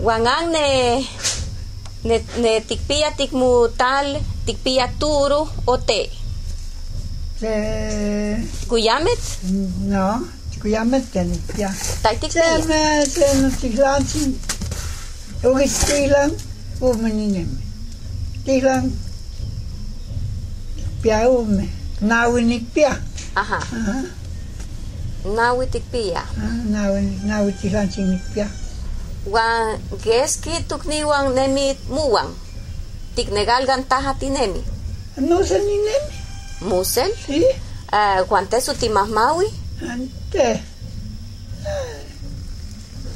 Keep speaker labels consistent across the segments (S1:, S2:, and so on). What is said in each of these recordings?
S1: Huan an ne, ne, ne tikpia tikmutal, tikpia turu o té.
S2: Se...
S1: Kuyamet,
S2: Eh, No, kujameten ja.
S1: tai tikpia.
S2: Sen, eh, sen op die glazen, ook in Thailand, hoef me niet nemen. Thailand, pia hoef me. Nou en ik pia.
S1: Aha,
S2: Aha,
S1: nawi tikpia.
S2: aha, Nou en nou in Thailand zing ik pia.
S1: Huan geski tukniwan nemi muwan. Tiknegalgan taja tinemi.
S2: No ze niet nemen,
S1: Musel,
S2: zie.
S1: ah, huan tesu timahmawi.
S2: En te.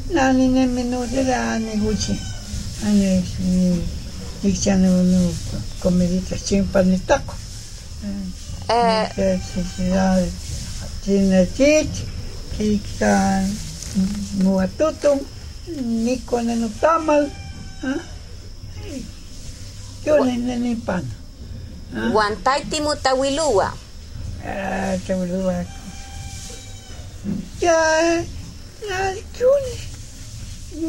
S2: Nou niet nemen, no ze daar niet goed zien. En ik ik zeg nu, nu, kom je dit, chimpan niet takken.
S1: Eh,
S2: Tinatit, kita muatutong, niko na no tamal, ¿ah? ha? Yun ay nanipan. Mm.
S1: huan tai timutawilua.
S2: Ah, tawuluwa ko. Ya, ya, yun.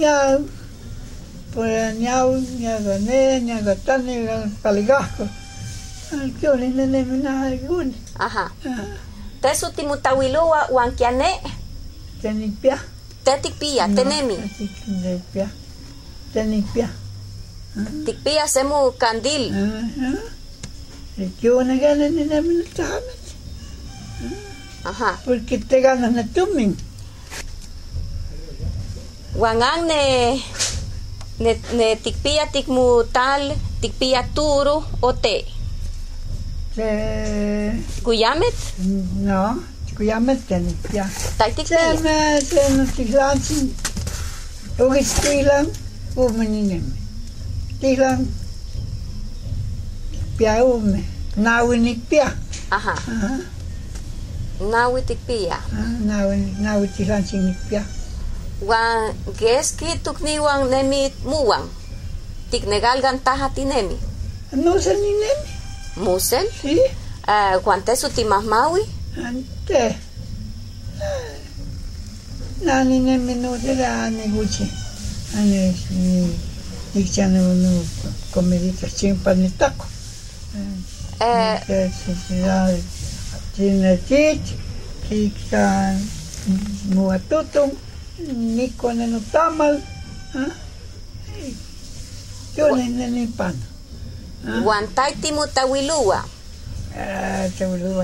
S2: Ya, pura niyaw, niya gane, niya gatan, niya paligako. Yun ay naniminahay yun.
S1: Ajá.
S2: Ah.
S1: Tesu timutawilua huan kiane
S2: Tenipia.
S1: te tikpia,
S2: Mm.
S1: tenemi.
S2: Ah, Tenipia. Tenipia. Ah,
S1: Tikpia semu candil.
S2: Yo no gano ni namin na tahamat.
S1: Ajá.
S2: Porque te gano na tuming.
S1: Huan an ne, ne, ne tikpia tikmutal, tikpia turu o té.
S2: Se...
S1: Kuyamet,
S2: No. Kuyamat tenipia.
S1: tai
S2: Se
S1: tikpia.
S2: me... Se no tiglansin. Ugis tilan. Umaninim. Tilan. Pia ume. Nawinik pia.
S1: Ajá.
S2: Aha.
S1: Nawi tikpia.
S2: Nawinik. Nawinik tiglansin pia.
S1: Huan geski tukniwan nemi muwan. Tiknegalgan taja tinemi.
S2: No se ni nemi.
S1: Musel,
S2: Sí,
S1: ah, huan tesu timahmawi.
S2: ante. Nani ne minuti da ne guchi. Ani dikchane no comedita chimpa ni taco.
S1: Eh,
S2: Tinatit, kika muatutum, niko ne no tamal. ah, eh, Yo ne ne ni pan. Mm.
S1: huan tai timutawilua.
S2: Ah, te boludo.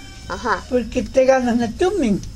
S1: Ajá.
S2: Porque te ganan na tuming.